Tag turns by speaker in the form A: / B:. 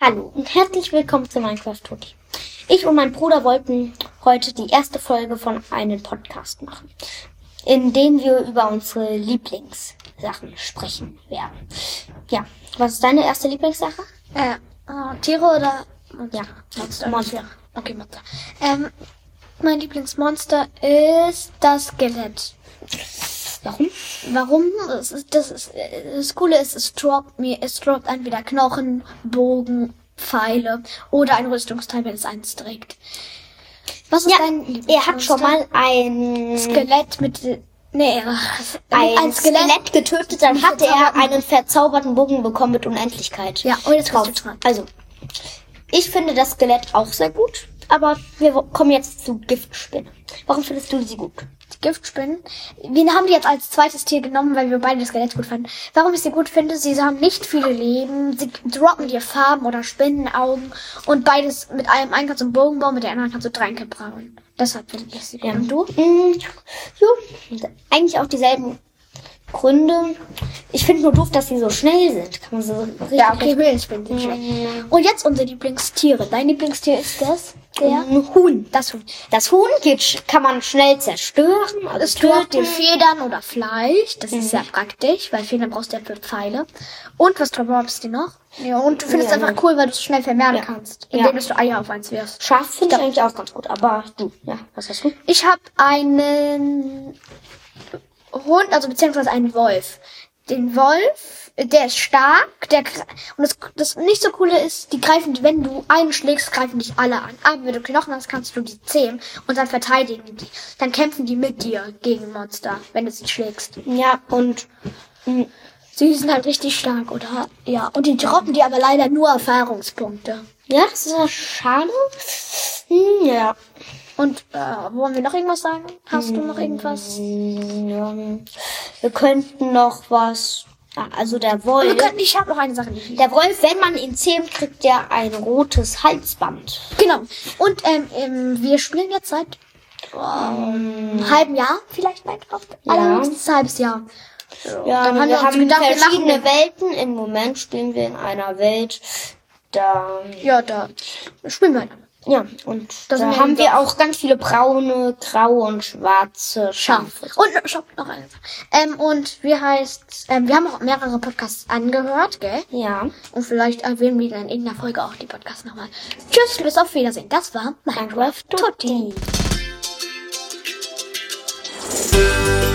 A: Hallo und herzlich willkommen zu Minecraft Tutti. Ich und mein Bruder wollten heute die erste Folge von einem Podcast machen, in dem wir über unsere Lieblingssachen sprechen werden. Ja, was ist deine erste Lieblingssache?
B: Äh, äh, Tiere oder
A: Ja,
B: Monster?
A: Monster.
B: Okay, Monster. Ähm, mein Lieblingsmonster ist das Skelett.
A: Warum?
B: Warum? Es ist, das, ist, äh, das Coole ist, es droppt mir, es droppt entweder Knochen, Bogen, Pfeile oder ein Rüstungsteil, wenn es eins trägt. Was ist
A: Ja,
B: dein Lieblingsmonster?
A: er hat schon mal ein,
B: Skelett mit, nee,
A: ein, Skelett, getötet, dann hatte er
B: verzauberten-
A: einen verzauberten Bogen bekommen mit Unendlichkeit.
B: Ja, und jetzt
A: drauf.
B: kommst du dran.
A: Also, ich finde das Skelett auch sehr gut, aber wir wo- kommen jetzt zu Giftspinne. Warum findest du sie gut?
B: Die Giftspinnen. Wir haben die jetzt als zweites Tier genommen, weil wir beide das Skelett gut fanden. Warum ich sie gut finde, sie haben nicht viele Leben, sie droppen dir Farben oder Spinnenaugen und beides mit einem einen kannst du einen Bogen bauen, mit der anderen kannst du drei brauen. Deshalb finde ich sie gut. Und du?
A: Mm, ja, eigentlich auch dieselben Gründe. Ich finde nur doof, dass sie so schnell sind. Kann man so richtig
B: Ja, okay, Höhlenspinnen sind schlecht. Und jetzt unsere Lieblingstiere. Dein Lieblingstier ist das? Der?
A: Ein Huhn.
B: Das Huhn.
A: Das Huhn geht, sch- kann man schnell zerstören. Also
B: Es tötet dir
A: töten.
B: Federn oder Fleisch. Das
A: Mhm.
B: ist sehr praktisch, weil Federn brauchst du ja für Pfeile. Und was droppst du noch? Ja, und du findest
A: Ja,
B: es
A: nee.
B: einfach cool, weil du es schnell vermehren
A: Ja.
B: kannst,
A: Ja.
B: indem dass du Eier auf eins wirfst.
A: Schaf finde ich eigentlich auch ganz gut, aber du, ja, was hast du?
B: Ich habe einen Hund, also beziehungsweise einen Wolf. Den Wolf, äh, der ist stark, der gre- und das, das nicht so coole ist, die greifen, die- wenn du einen schlägst, greifen dich alle an. Aber wenn du Knochen hast, kannst du die zähmen und dann verteidigen die. Dann kämpfen die mit dir gegen Monster, wenn du sie schlägst.
A: Ja, und
B: Sie sind halt richtig stark, oder? Ja. Und die droppen dir aber leider nur Erfahrungspunkte.
A: ja, das ist ja schade. Hm, ja.
B: Und äh, wollen wir noch irgendwas sagen? Hast du noch irgendwas?
A: Hm, ja. Wir könnten noch was. Ah, Also der Wolf.
B: Wir könnten, ich habe noch eine Sache, die ich
A: Der Wolf, wenn man ihn zähmt, kriegt er ein rotes Halsband.
B: Genau. Und ähm, ähm, wir spielen jetzt seit einem halben Jahr vielleicht Minecraft.
A: Ja.
B: Allerdings ein halbes Jahr.
A: Ja,
B: Dann
A: wir
B: haben wir uns
A: haben
B: gedacht, wir
A: verschiedene
B: machen-
A: Welten. Im Moment spielen wir in einer Welt. Da,
B: Ja, da spielen wir dann.
A: ja, und
B: Da sind
A: da
B: wir
A: haben
B: im
A: wir
B: Dorf.
A: auch ganz viele braune, graue und schwarze
B: Scharf.
A: Schafe.
B: Und äh, schau, noch eine Sache. Ähm, und wir heißt, ähm, wir haben auch mehrere Podcasts angehört, gell?
A: Ja,
B: Und vielleicht erwähnen wir dann in irgendeiner Folge auch die Podcasts nochmal. Tschüss, bis auf Wiedersehen. Das war Minecraft
A: Minecraft
B: Tutti.
A: Tutti.